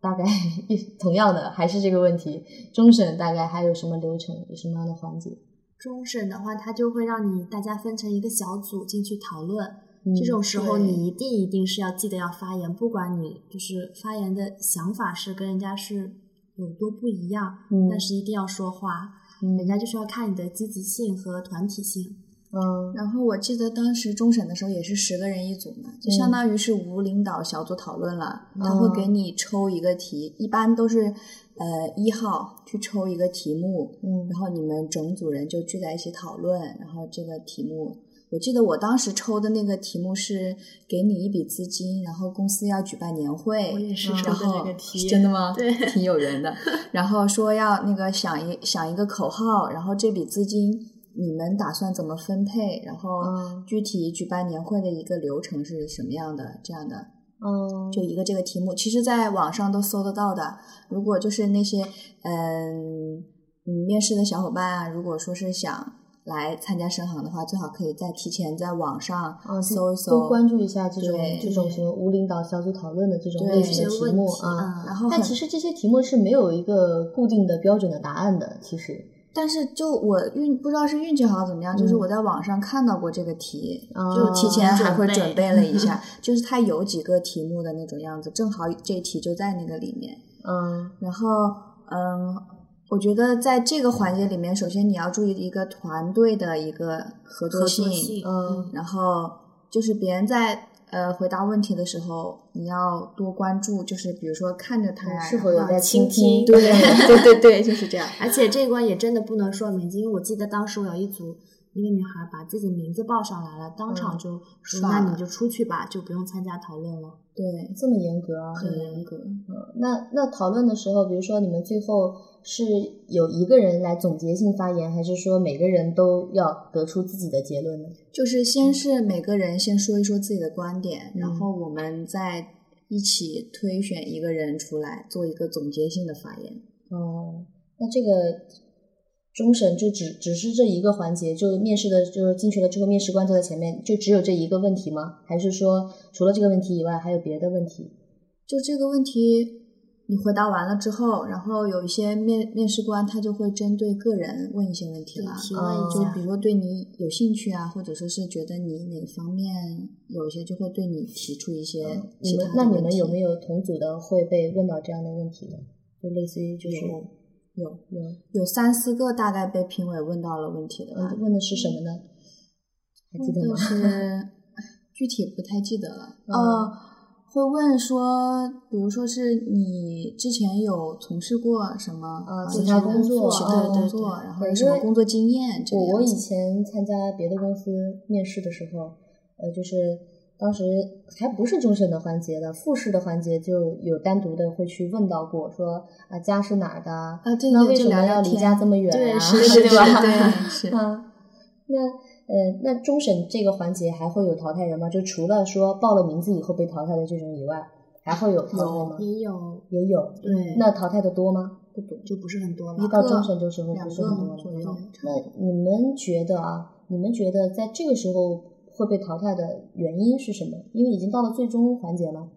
Speaker 2: 大概 [LAUGHS] 同样的还是这个问题，终审大概还有什么流程，有什么样的环节？
Speaker 4: 终审的话，它就会让你大家分成一个小组进去讨论。
Speaker 2: 嗯
Speaker 4: 这种时候，
Speaker 3: 对
Speaker 4: 你一定一定是要记得要发言，不管你就是发言的想法是跟人家是有多不一样，
Speaker 2: 嗯
Speaker 4: 但是一定要说话。
Speaker 2: 嗯
Speaker 4: 人家就是要看你的积极性和团体性。
Speaker 2: 嗯
Speaker 3: 然后我记得当时终审的时候也是十个人一组嘛，就
Speaker 4: 嗯
Speaker 3: 相当于是无领导小组讨论了，他会
Speaker 4: 哦
Speaker 3: 给你抽一个题，一般都是呃一号去抽一个题目，
Speaker 2: 嗯
Speaker 3: 然后你们整组人就聚在一起讨论，然后这个题目。我记得我当时抽的那个题目是给你一笔资金，然后公司要举办年会，
Speaker 4: 我也是
Speaker 3: 然
Speaker 4: 抽的那
Speaker 3: 后
Speaker 4: 个题
Speaker 3: 真的吗？
Speaker 4: 对
Speaker 3: 挺有缘的。然后说要那个想一想一个口号，然后这笔资金你们打算怎么分配，然后
Speaker 2: 嗯
Speaker 3: 具体举办年会的一个流程是什么样的，这样的。
Speaker 2: 嗯，
Speaker 3: 就一个这个题目，其实在网上都搜得到的。如果就是那些嗯嗯面试的小伙伴啊，如果说是想来参加深航的话，最好可以在提前在网上
Speaker 2: 啊就
Speaker 3: 搜
Speaker 2: 多
Speaker 3: 一搜。
Speaker 2: 关注一下这种
Speaker 3: 对
Speaker 2: 这种什么无领导小组讨论的这种
Speaker 3: 对
Speaker 2: 类
Speaker 4: 这
Speaker 2: 型
Speaker 4: 些
Speaker 2: 的题
Speaker 4: 问
Speaker 2: 目
Speaker 4: 题
Speaker 2: 啊。
Speaker 4: 嗯
Speaker 3: 然后
Speaker 2: 但
Speaker 3: 很
Speaker 2: 其实这些题目是没有一个固定的标准的答案的，其实，
Speaker 3: 但是就我运不知道是运气好怎么样，就是
Speaker 2: 嗯
Speaker 3: 我在网上看到过这个题，
Speaker 2: 啊
Speaker 3: 就提前还会
Speaker 4: 准
Speaker 3: 准
Speaker 4: 备
Speaker 3: 备了一下，就是它有几个题目的那种样子，正好这题就在那个里面。
Speaker 2: 嗯
Speaker 3: 然后，嗯，我觉得在这个环节里面，首先你要注意一个团队的一个合作性，
Speaker 2: 嗯
Speaker 3: 然后就是别人在呃回答问题的时候，你要多关注，就是比如说看着他呀，
Speaker 2: 嗯是否有
Speaker 3: 啊然后
Speaker 2: 在倾听
Speaker 3: 听对对对对，就是这样。
Speaker 4: 而且这一关也真的不能说名字，因为我记得当时我有一组一个女孩把自己名字报上来了，当
Speaker 2: 嗯
Speaker 4: 场就说：“
Speaker 3: 刷
Speaker 4: 那
Speaker 3: 了
Speaker 4: 你就出去吧，就不用参加讨论了。
Speaker 3: 对，
Speaker 2: [LAUGHS] 这么严格啊，嗯
Speaker 3: 很严格。
Speaker 2: 那那讨论的时候，比如说你们最后是有一个人来总结性发言，还是说每个人都要得出自己的结论呢？
Speaker 3: 就是先是每个人先说一说自己的观点，
Speaker 2: 嗯
Speaker 3: 然后我们再一起推选一个人出来做一个总结性的发言。
Speaker 2: 哦，那这个终审就只只是这一个环节，就面试的，就是进去了之后，面试官坐在前面，就只有这一个问题吗？还是说除了这个问题以外，还有别的问题？
Speaker 3: 就这个问题，你回答完了之后，然后有一些面面试官他就会针对个人问一些问题了，嗯
Speaker 4: 提问一
Speaker 3: 就
Speaker 4: 下
Speaker 3: 比如说对你有兴趣啊，或者说是觉得你哪方面有一些，就会对你提出一些
Speaker 2: 嗯你
Speaker 3: 其
Speaker 2: 们那
Speaker 3: 他的
Speaker 2: 你
Speaker 3: 问
Speaker 2: 们
Speaker 3: 题。
Speaker 2: 有没有同组的会被问到这样的问题呢？就类似于就是
Speaker 3: 有
Speaker 2: 有嗯
Speaker 3: 有三四个大概被评委问到了问题的吧？
Speaker 2: 问问的是什么呢？还记得
Speaker 3: 就
Speaker 4: 嗯
Speaker 2: 吗？ [LAUGHS]
Speaker 3: 是哎具体不太记得了。
Speaker 2: 嗯
Speaker 3: 呃，会问说，比如说是你之前有从事过什么
Speaker 2: 啊
Speaker 3: 呃
Speaker 2: 其
Speaker 3: 什
Speaker 2: 他
Speaker 3: 么
Speaker 2: 工作
Speaker 3: 其
Speaker 2: 啊
Speaker 3: 他工作，
Speaker 2: 对
Speaker 3: 然后
Speaker 2: 对
Speaker 3: 有什么
Speaker 2: 因为
Speaker 3: 工作经验？这个
Speaker 2: 我我
Speaker 3: 样
Speaker 2: 以
Speaker 3: 子
Speaker 2: 前参加别的公司面试的时候，呃，就是当时还不是终审的环节的，复试的环节就有单独的会去问到过，说啊家是哪儿的啊
Speaker 3: 啊，对，
Speaker 2: 那
Speaker 3: 有
Speaker 2: 为
Speaker 3: 就
Speaker 2: 什么
Speaker 3: 聊聊
Speaker 2: 要离
Speaker 3: 天
Speaker 2: 家这么远
Speaker 3: 对，
Speaker 2: 啊 [LAUGHS]
Speaker 3: 是是
Speaker 2: 对吧 [LAUGHS]
Speaker 3: 对，是。
Speaker 2: 啊，那呃，那终审这个环节还会有淘汰人吗？就除了说报了名字以后被淘汰的这种以外，还会有淘汰吗？
Speaker 4: 也有
Speaker 2: 也有。
Speaker 4: 对
Speaker 2: 那淘汰的多吗？
Speaker 4: 不懂就不是很多
Speaker 2: 一
Speaker 4: 了。
Speaker 2: 到
Speaker 3: 个
Speaker 2: 终审这时候不
Speaker 3: 两
Speaker 2: 是很多了。
Speaker 3: 个
Speaker 2: 嗯
Speaker 3: 左右，
Speaker 2: 那呃你们觉得啊？你们觉得在这个时候会被淘汰的原因是什么？因为已经到了最终环节了。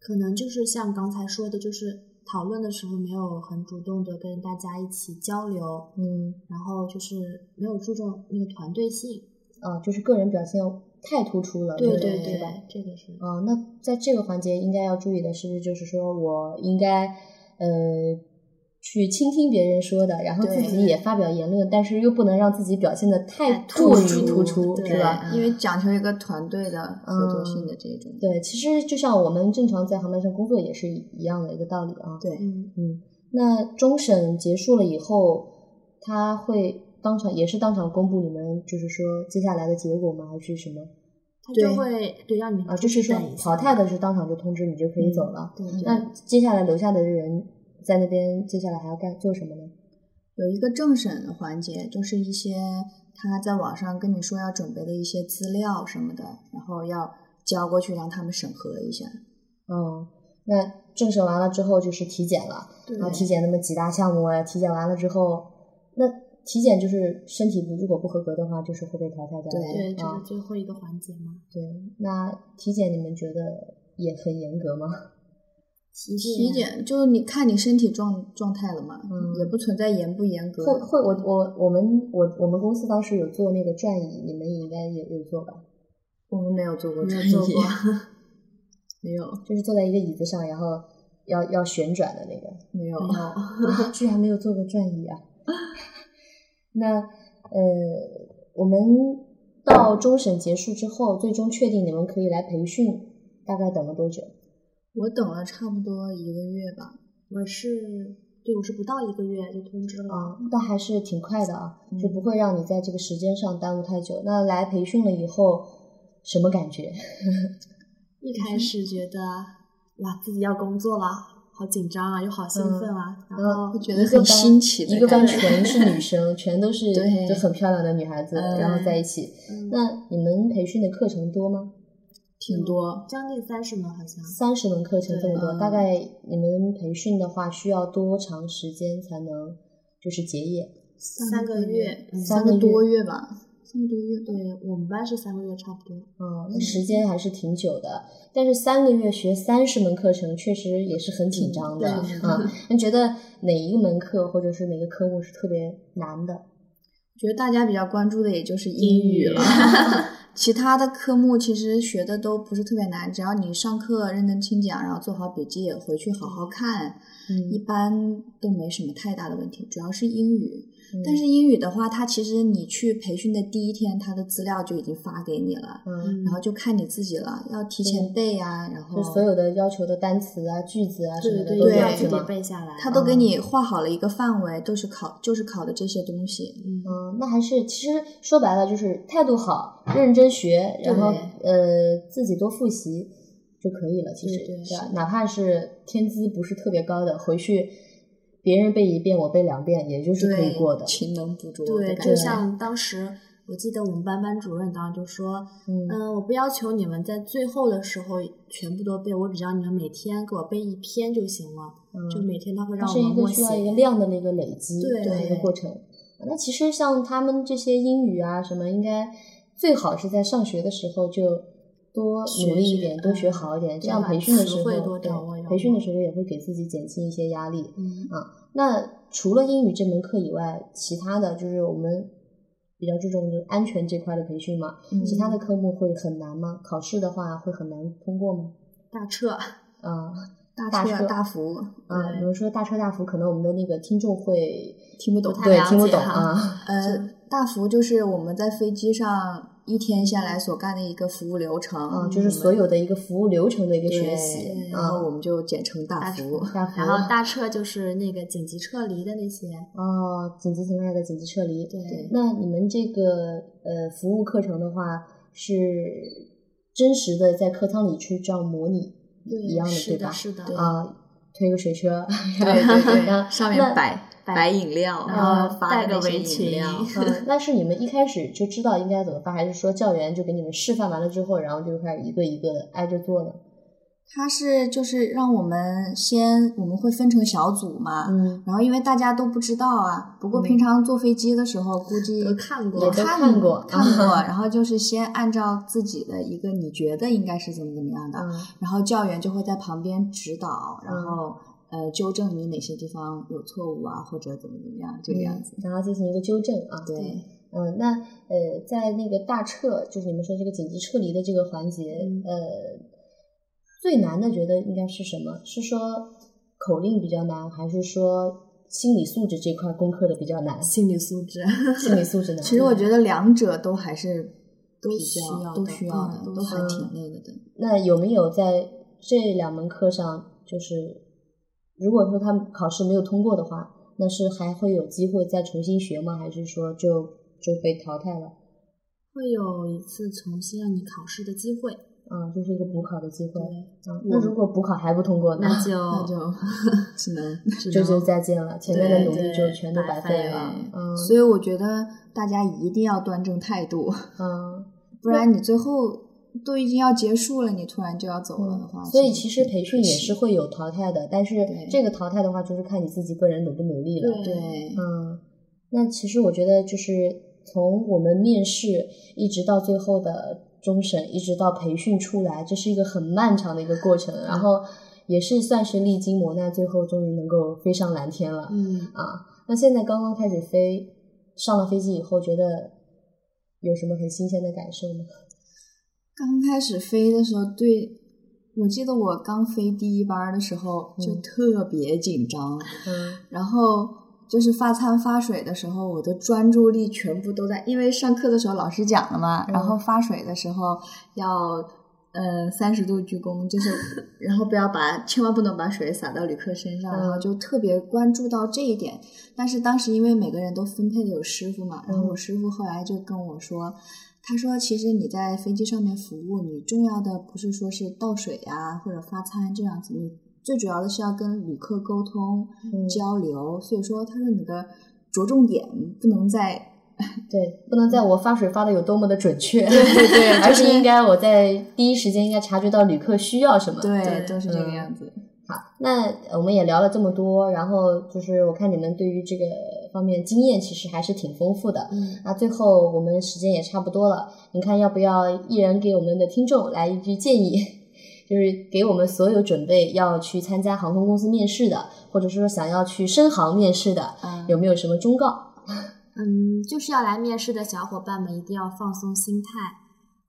Speaker 4: 可能就是像刚才说的，就是讨论的时候没有很主动的跟大家一起交流，
Speaker 2: 嗯，
Speaker 4: 然后就是没有注重那个团队性。
Speaker 2: 啊，就是个人表现太突出了，
Speaker 4: 对
Speaker 2: 对
Speaker 4: 对
Speaker 2: 是吧？
Speaker 4: 这个是
Speaker 2: 啊、那在这个环节应该要注意的是不是就是说我应该呃去倾听别人说的，然后自
Speaker 3: 对
Speaker 2: 己也发表言论，但是又不能让自己表现的太
Speaker 4: 太
Speaker 2: 过
Speaker 4: 突
Speaker 2: 于
Speaker 4: 出
Speaker 2: 突出，
Speaker 4: 对
Speaker 2: 是吧？嗯
Speaker 4: 嗯
Speaker 3: 因为讲究一个团队的合作性的这种。
Speaker 2: 对，其实就像我们正常在航班上工作也是一样的一个道理啊。
Speaker 3: 对
Speaker 4: 嗯，
Speaker 2: 嗯，那终审结束了以后，他会当场也是当场公布你们就是说接下来的结果吗？还是什么？
Speaker 4: 他
Speaker 3: 对
Speaker 4: 就会对让你
Speaker 2: 啊，就是说
Speaker 4: 等一下嗯
Speaker 2: 淘汰的是当场就通知你就可以走了。
Speaker 3: 对对
Speaker 2: 那接下来留下的人在那边，接下来还要干做什么呢？
Speaker 3: 有一个政审的环节，就是一些他在网上跟你说要准备的一些资料什么的，然后要交过去让他们审核一下。
Speaker 2: 嗯，那政审完了之后就是体检了，
Speaker 3: 对
Speaker 2: 然后体检那么几大项目啊，体检完了之后，那体检就是身体不如果不合格的话，就是会被淘汰掉的。
Speaker 3: 对
Speaker 4: 对，这
Speaker 2: 啊
Speaker 4: 是最后一个环节嘛。
Speaker 2: 对，那体检你们觉得也很严格吗？
Speaker 4: 体
Speaker 3: 体检就是你看你身体状状态了嘛，
Speaker 2: 嗯
Speaker 3: 也不存在严不严格。
Speaker 2: 会会，我我我们我我们公司当时有做那个转椅，你们也应该也有做吧？
Speaker 3: 我们没有做过
Speaker 4: 没
Speaker 3: 专业，
Speaker 4: 有做过，
Speaker 3: [LAUGHS] 没有
Speaker 2: 就是坐在一个椅子上，然后要要旋转的那个。
Speaker 3: 没有。
Speaker 4: 没有。
Speaker 2: 啊居然没有做过转椅
Speaker 4: [LAUGHS]
Speaker 2: 啊！那呃，我们到终审结束之后，最终确定你们可以来培训，大概等了多久？
Speaker 3: 我等了差不多一个月吧，
Speaker 4: 我是对我是不到一个月就通知了，
Speaker 2: 啊，但还是挺快的啊，就
Speaker 3: 嗯
Speaker 2: 不会让你在这个时间上耽误太久。那来培训了以后，什么感觉？
Speaker 4: 一
Speaker 2: 嗯
Speaker 4: 开始觉得哇自己要工作了，好紧张啊，又好兴奋
Speaker 2: 嗯
Speaker 4: 啊，然后
Speaker 3: 我哦觉
Speaker 2: 一
Speaker 3: 得
Speaker 2: 个
Speaker 3: 很
Speaker 2: 班
Speaker 3: 新奇的
Speaker 2: 一个班
Speaker 3: 感觉
Speaker 2: 全是女生，全都是
Speaker 3: 对
Speaker 2: 就很漂亮的女孩子，
Speaker 3: 嗯
Speaker 2: 然后在一起。
Speaker 4: 嗯
Speaker 2: 那你们培训的课程多吗？
Speaker 3: 挺多。
Speaker 4: 将近三十门好像，
Speaker 2: 三十门课程这么多，
Speaker 3: 对嗯
Speaker 2: 大概你们培训的话需要多长时间才能就是结业？
Speaker 4: 三个月，嗯
Speaker 2: 三
Speaker 3: 三
Speaker 2: 个
Speaker 3: 个
Speaker 2: 月
Speaker 3: 多月吧，三个多月。
Speaker 4: 对我们班是三个月差不多，
Speaker 2: 哦，那时间还是挺久的。但是三个月学三十门课程，确实也是很紧张的
Speaker 4: 对
Speaker 2: 啊。你觉得哪一门课或者是哪个科目是特别难的？
Speaker 3: 觉得大家比较关注的也就是英语了， [LAUGHS] 其他的科目其实学的都不是特别难，只要你上课认真听讲，然后做好笔记，回去好好看，一
Speaker 2: 嗯，
Speaker 3: 般都没什么太大的问题。主要是英语，
Speaker 2: 嗯
Speaker 3: 但是英语的话，它其实你去培训的第一天，它的资料就已经发给你了，
Speaker 2: 嗯，
Speaker 3: 然后就看你自己了，要提前背啊，然后
Speaker 2: 就所有的要求的单词啊、句子啊什么
Speaker 4: 对
Speaker 2: 的
Speaker 4: 对
Speaker 2: 都
Speaker 3: 对
Speaker 2: 有
Speaker 4: 要
Speaker 3: 对
Speaker 4: 自
Speaker 2: 是
Speaker 4: 己
Speaker 2: 吗？
Speaker 4: 背下来，
Speaker 3: 它都
Speaker 2: 嗯
Speaker 3: 给你画好了一个范围，都是考就是考的这些东西。
Speaker 4: 嗯，
Speaker 2: 嗯，那还是其实说白了就是态度好，认真学，然后呃自己多复习就可以了。其实
Speaker 3: 对对
Speaker 2: 吧？哪怕是天资不是特别高的，回去别人背一遍，我背两遍，也就是可以
Speaker 3: 对
Speaker 2: 过的。
Speaker 3: 勤能补拙的
Speaker 4: 对，
Speaker 3: 感觉，
Speaker 4: 就像当时我记得我们班班主任当时就说，
Speaker 2: 嗯
Speaker 4: 嗯，我不要求你们在最后的时候全部都背，我只要你们每天给我背一篇就行了。就
Speaker 2: 嗯，
Speaker 4: 每天他会
Speaker 2: 它
Speaker 4: 让
Speaker 2: 是
Speaker 4: 我们
Speaker 2: 一个
Speaker 4: 默
Speaker 2: 需
Speaker 4: 写。
Speaker 2: 要一个量的那个累积
Speaker 4: 对
Speaker 2: 这样一个
Speaker 4: 对
Speaker 2: 过程。那其实像他们这些英语啊什么，应该最好是在上学的时候就。多
Speaker 4: 学
Speaker 2: 努力一
Speaker 4: 学
Speaker 2: 点，多学
Speaker 4: 嗯
Speaker 2: 好一点，这
Speaker 4: 对
Speaker 2: 样
Speaker 4: 把
Speaker 2: 培训的
Speaker 4: 词
Speaker 2: 时候，
Speaker 4: 汇多掌握
Speaker 2: 对
Speaker 4: 掌
Speaker 2: 培训的
Speaker 4: 握
Speaker 2: 时候也会给自己减轻一些压力。
Speaker 4: 嗯
Speaker 2: 那除了英语这门课以外，其他的就是我们比较注重就是安全这块的培训嘛。
Speaker 3: 嗯
Speaker 2: 其他的科目会很难吗？考试的话会很难通过吗？
Speaker 4: 大彻，
Speaker 2: 啊、
Speaker 3: 大
Speaker 2: 大
Speaker 3: 彻
Speaker 2: 彻
Speaker 3: 大福，
Speaker 2: 啊、
Speaker 4: 对
Speaker 2: 比如说大彻大福，可能我们的那个听众会
Speaker 3: 听不懂
Speaker 4: 不。太
Speaker 2: 对
Speaker 4: 了
Speaker 2: 听不
Speaker 4: 解
Speaker 2: 懂
Speaker 4: 哈
Speaker 2: 啊。
Speaker 3: 呃，大福就是我们在飞机上一天下来所干的一个服务流程，
Speaker 2: 啊、就是所有的一个服务流程的一个
Speaker 3: 嗯对
Speaker 2: 学习
Speaker 3: 然
Speaker 2: 啊
Speaker 3: 后我，们就简称大福。
Speaker 2: 大福
Speaker 4: 然后大彻就是那个紧急撤离的那些，
Speaker 2: 哦，紧急情况下的紧急撤离。
Speaker 4: 对
Speaker 2: 那你们这个呃服务课程的话，是真实的在课堂里去这样模拟一样的，
Speaker 4: 是
Speaker 2: 对吧？
Speaker 4: 是的，
Speaker 2: 啊，推个水车， [LAUGHS]
Speaker 3: 对对
Speaker 2: 然后
Speaker 3: 对，上面。摆
Speaker 4: 摆
Speaker 3: 摆饮料，
Speaker 4: 然
Speaker 3: 然
Speaker 4: 后
Speaker 3: 后发
Speaker 4: 啊呃带
Speaker 3: 的
Speaker 4: 个
Speaker 3: 那些
Speaker 4: 围
Speaker 3: 饮
Speaker 4: [LAUGHS]
Speaker 3: 料。
Speaker 2: 那嗯， [LAUGHS] 那是你们一开始就知道应该怎么发，还是说教员就给你们示范完了之后，然后就开始一个一个的挨着做呢？
Speaker 3: 它是就是让我们先，我们会分成小组嘛。
Speaker 2: 嗯，
Speaker 3: 然后，因为大家都不知道啊，不过
Speaker 2: 嗯
Speaker 3: 平常坐飞机的时候，估计
Speaker 4: 都看过
Speaker 3: 也
Speaker 2: 也都
Speaker 3: 看
Speaker 2: 看过
Speaker 3: 看过。然后就是先按照自己的一个嗯你觉得应该是怎么怎么样的，
Speaker 2: 啊，
Speaker 3: 然后教员就会在旁边指导，然后、呃纠正你哪些地方有错误啊，或者怎么怎么样这
Speaker 2: 嗯
Speaker 3: 个样子。
Speaker 2: 然后进行一个纠正啊。
Speaker 3: 对，
Speaker 2: 嗯，那呃，在那个大撤，就是你们说这个紧急撤离的这个环节，
Speaker 3: 嗯
Speaker 2: 呃，最难的觉得应该是什么？是说口令比较难，还是说心理素质这块攻克的比较难？
Speaker 4: 心理素质，
Speaker 2: 心理素质难。
Speaker 3: 其实我觉得两者都还是
Speaker 4: 都
Speaker 3: 比
Speaker 4: 需
Speaker 3: 较
Speaker 4: 要
Speaker 3: 都
Speaker 4: 的
Speaker 3: 需要的，
Speaker 4: 嗯都
Speaker 3: 都还
Speaker 4: 需
Speaker 3: 挺
Speaker 4: 要
Speaker 3: 那个的。
Speaker 2: 那有没有在这两门课上，就是如果说他们考试没有通过的话，那是还会有机会再重新学吗？还是说就就被淘汰了？
Speaker 4: 会有一次重新让你考试的机会。
Speaker 2: 啊，就是一个补考的机会。
Speaker 4: 对，
Speaker 2: 啊，那如果补考还不通过呢？
Speaker 4: 那就
Speaker 3: 那就 [LAUGHS] 嗯只能
Speaker 4: 只
Speaker 2: 这
Speaker 4: 能
Speaker 2: 就再见了，前面的
Speaker 3: 对
Speaker 2: 努力就
Speaker 4: 对
Speaker 2: 全都白
Speaker 4: 白
Speaker 2: 费
Speaker 4: 费
Speaker 2: 了
Speaker 4: 了。
Speaker 2: 嗯
Speaker 3: 所以我觉得大家一定要端正态度，
Speaker 2: 嗯，
Speaker 3: 不然你最后都已经要结束了，你突然就要走了的话，
Speaker 2: 嗯所以其实培训也是会有淘汰的，但是
Speaker 3: 对
Speaker 2: 这个淘汰的话，就是看你自己个人努不努力了。
Speaker 4: 对
Speaker 3: 对
Speaker 2: 嗯，那其实我觉得就是从我们面试一直到最后的终审，一直到培训出来，这是一个很漫长的一个过程，然后也是算是历经磨难，最后终于能够飞上蓝天了。
Speaker 4: 嗯，
Speaker 2: 啊，那现在刚刚开始飞，上了飞机以后，觉得有什么很新鲜的感受吗？
Speaker 3: 刚开始飞的时候，对我记得我刚飞第一班的时候就
Speaker 2: 嗯
Speaker 3: 特别紧张，
Speaker 2: 嗯，
Speaker 3: 然后。就是发餐发水的时候，我的专注力全部都在，因为上课的时候老师讲了嘛，然后发水的时候要呃三十度鞠躬，就是 [LAUGHS] 然后不要把千万不能把水洒到旅客身上，然后就特别关注到这一点。但是当时因为每个人都分配的有师傅嘛，然后
Speaker 2: 嗯
Speaker 3: 我师傅后来就跟我说，他说其实你在飞机上面服务，你重要的不是说是倒水呀、或者发餐这样子，你最主要的是要跟旅客沟通、
Speaker 2: 嗯
Speaker 3: 交流。所以说，他说你的着重点不能在
Speaker 2: 对，不能在我发水发的有多么的准确，
Speaker 3: 对对
Speaker 2: [LAUGHS] 而
Speaker 3: 就是
Speaker 2: 是应该我在第一时间应该察觉到旅客需要什么。
Speaker 3: 对，都是这个
Speaker 2: 嗯
Speaker 3: 样子。
Speaker 2: 好，那我们也聊了这么多，然后就是我看你们对于这个方面经验其实还是挺丰富的。
Speaker 4: 嗯，
Speaker 2: 那最后我们时间也差不多了，你看要不要一人给我们的听众来一句建议？ [LAUGHS] 就是给我们所有准备要去参加航空公司面试的，或者是说想要去深航面试的，
Speaker 3: 啊
Speaker 2: 有没有什么忠告？
Speaker 4: 嗯，就是要来面试的小伙伴们一定要放松心态，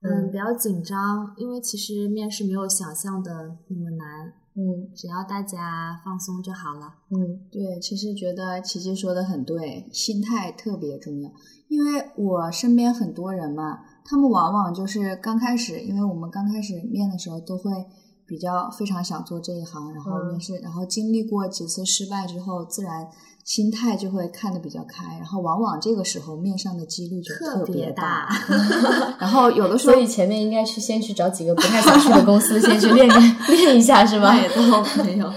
Speaker 2: 嗯
Speaker 4: 嗯，不要紧张，因为其实面试没有想象的那么难，
Speaker 2: 嗯
Speaker 4: 只要大家放松就好了。
Speaker 2: 嗯
Speaker 3: 对，其实觉得琪琪说的很对，心态特别重要。因为我身边很多人嘛，他们往往就是刚开始，因为我们刚开始面的时候都会比较非常想做这一行，然
Speaker 4: 嗯
Speaker 3: 后面试，然后经历过几次失败之后，自然心态就会看得比较开，然后往往这个时候面上的几率就
Speaker 4: 特
Speaker 3: 别
Speaker 4: 别大，
Speaker 3: [LAUGHS]
Speaker 4: [LAUGHS]
Speaker 3: 然后有的时候
Speaker 2: 所以前面应该去先去找几个不太想去的公
Speaker 3: [LAUGHS]
Speaker 2: 司，先去练个练一下，是吧？
Speaker 3: 倒没有。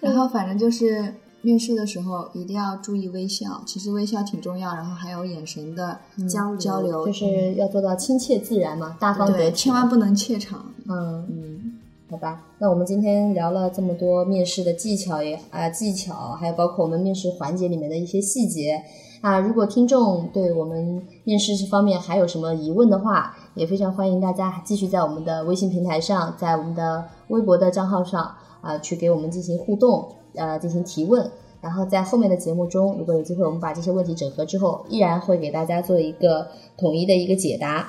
Speaker 3: 然后反正就是面试的时候一定要注意微笑，其实微笑挺重要，然后还有眼神的
Speaker 4: 交流
Speaker 3: 交
Speaker 2: 嗯
Speaker 3: 流，嗯
Speaker 2: 就是要做到亲切自然嘛，大方得
Speaker 3: 对，
Speaker 2: 体，
Speaker 3: 千万不能怯场。
Speaker 2: 嗯。
Speaker 3: 嗯，
Speaker 2: 好吧，那我们今天聊了这么多面试的技巧也啊、技巧，还有包括我们面试环节里面的一些细节啊。如果听众对我们面试这方面还有什么疑问的话，也非常欢迎大家继续在我们的微信平台上，在我们的微博的账号上啊去给我们进行互动，呃进行提问。然后在后面的节目中，如果有机会，我们把这些问题整合之后，依然会给大家做一个统一的一个解答。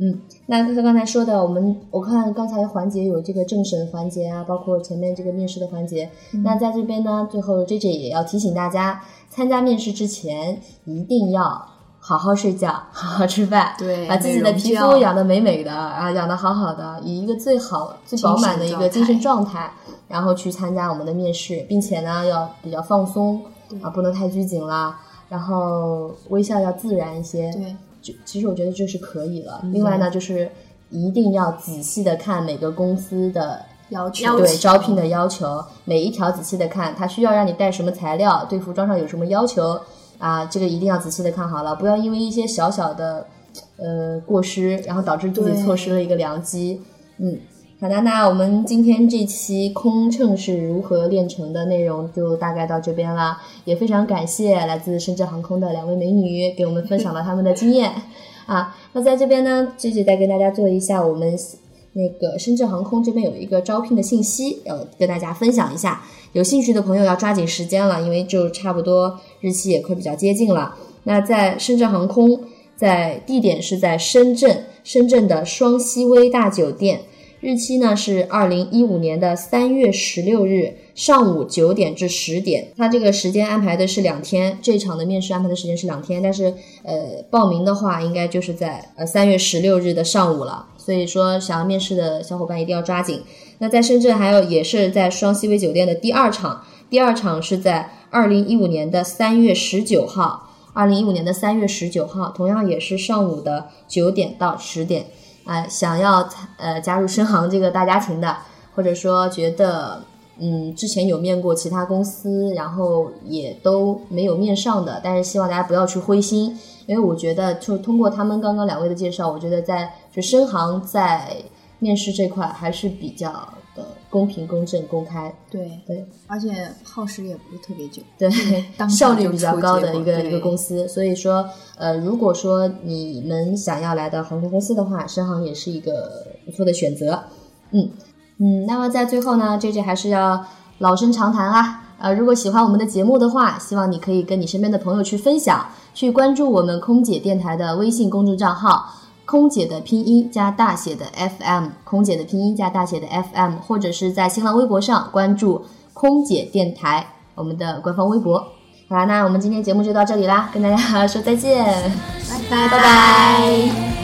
Speaker 2: 嗯那刚才刚才说的，我们我看刚才环节有这个政审环节啊，包括前面这个面试的环节。那在这边呢，最后 J J 也要提醒大家，参加面试之前一定要好好睡觉，好好吃饭，
Speaker 3: 对
Speaker 2: 把自己的皮
Speaker 3: 美容
Speaker 2: 肤
Speaker 3: 觉
Speaker 2: 养得美美的啊，养得好好的，以一个最好、最饱满的一个精
Speaker 3: 精
Speaker 2: 神
Speaker 3: 神
Speaker 2: 状态，然后去参加我们的面试，并且呢要比较放松啊，不能太拘谨啦，然后微笑要自然一些，
Speaker 3: 对，嗯
Speaker 2: 就其实我觉得这是可以了。另外呢，就是一定要仔细的看每个公司的
Speaker 3: 要求
Speaker 2: 对招聘的要求，每一条仔细的看，它需要让你带什么材料，对服装上有什么要求啊，这个一定要仔细的看好了，不要因为一些小小的呃过失，然后导致自己
Speaker 3: 对
Speaker 2: 错失了一个良机。嗯，好的，那我们今天这期空乘是如何炼成的内容就大概到这边啦，也非常感谢来自深圳航空的两位美女给我 [LAUGHS] 们分享了他们的经验啊。那在这边呢，继续再跟大家做一下我们那个深圳航空这边有一个招聘的信息，要跟大家分享一下。有兴趣的朋友要抓紧时间了，因为就差不多日期也快比较接近了。那在深圳航空，在地点是在深圳，深圳的双溪威大酒店。日期呢是二零一五年的三月十六日上午九点至十点，它这个时间安排的是两天，这场的面试安排的时间是两天，但是呃报名的话应该就是在呃三月十六日的上午了，所以说想要面试的小伙伴一定要抓紧。那在深圳还有也是在双溪威酒店的第二场，第二场是在二零一五年的三月十九号，二零一五年的三月十九号，同样也是上午的九点到十点。啊、呃，想要参呃加入深航这个大家庭的，或者说觉得嗯之前有面过其他公司，然后也都没有面上的，但是希望大家不要去灰心，因为我觉得就通过他们刚刚两位的介绍，我觉得在就深航在面试这块还是比较的公平、公正、公开，
Speaker 3: 对
Speaker 2: 对，
Speaker 3: 而且耗时也不是特别久，
Speaker 2: 对，
Speaker 3: 当
Speaker 2: 效
Speaker 3: 场
Speaker 2: 率
Speaker 3: 就
Speaker 2: 比较
Speaker 3: 出
Speaker 2: 高
Speaker 3: 结
Speaker 2: 的
Speaker 3: 果
Speaker 2: 一个一个
Speaker 3: 对
Speaker 2: 公司。所以说，呃，如果说你们想要来到航空公司的话，深航也是一个不错的选择。嗯嗯，那么在最后呢，这这还是要老生常谈啦。呃，如果喜欢我们的节目的话，希望你可以跟你身边的朋友去分享，去关注我们空姐电台的微信公众账号。空姐的拼音加大写的 FM，空姐的拼音加大写的 FM，或者是在新浪微博上关注“空姐电台”我们的官方微博。好啦，那我们今天节目就到这里啦，跟大家说再见，拜拜拜拜。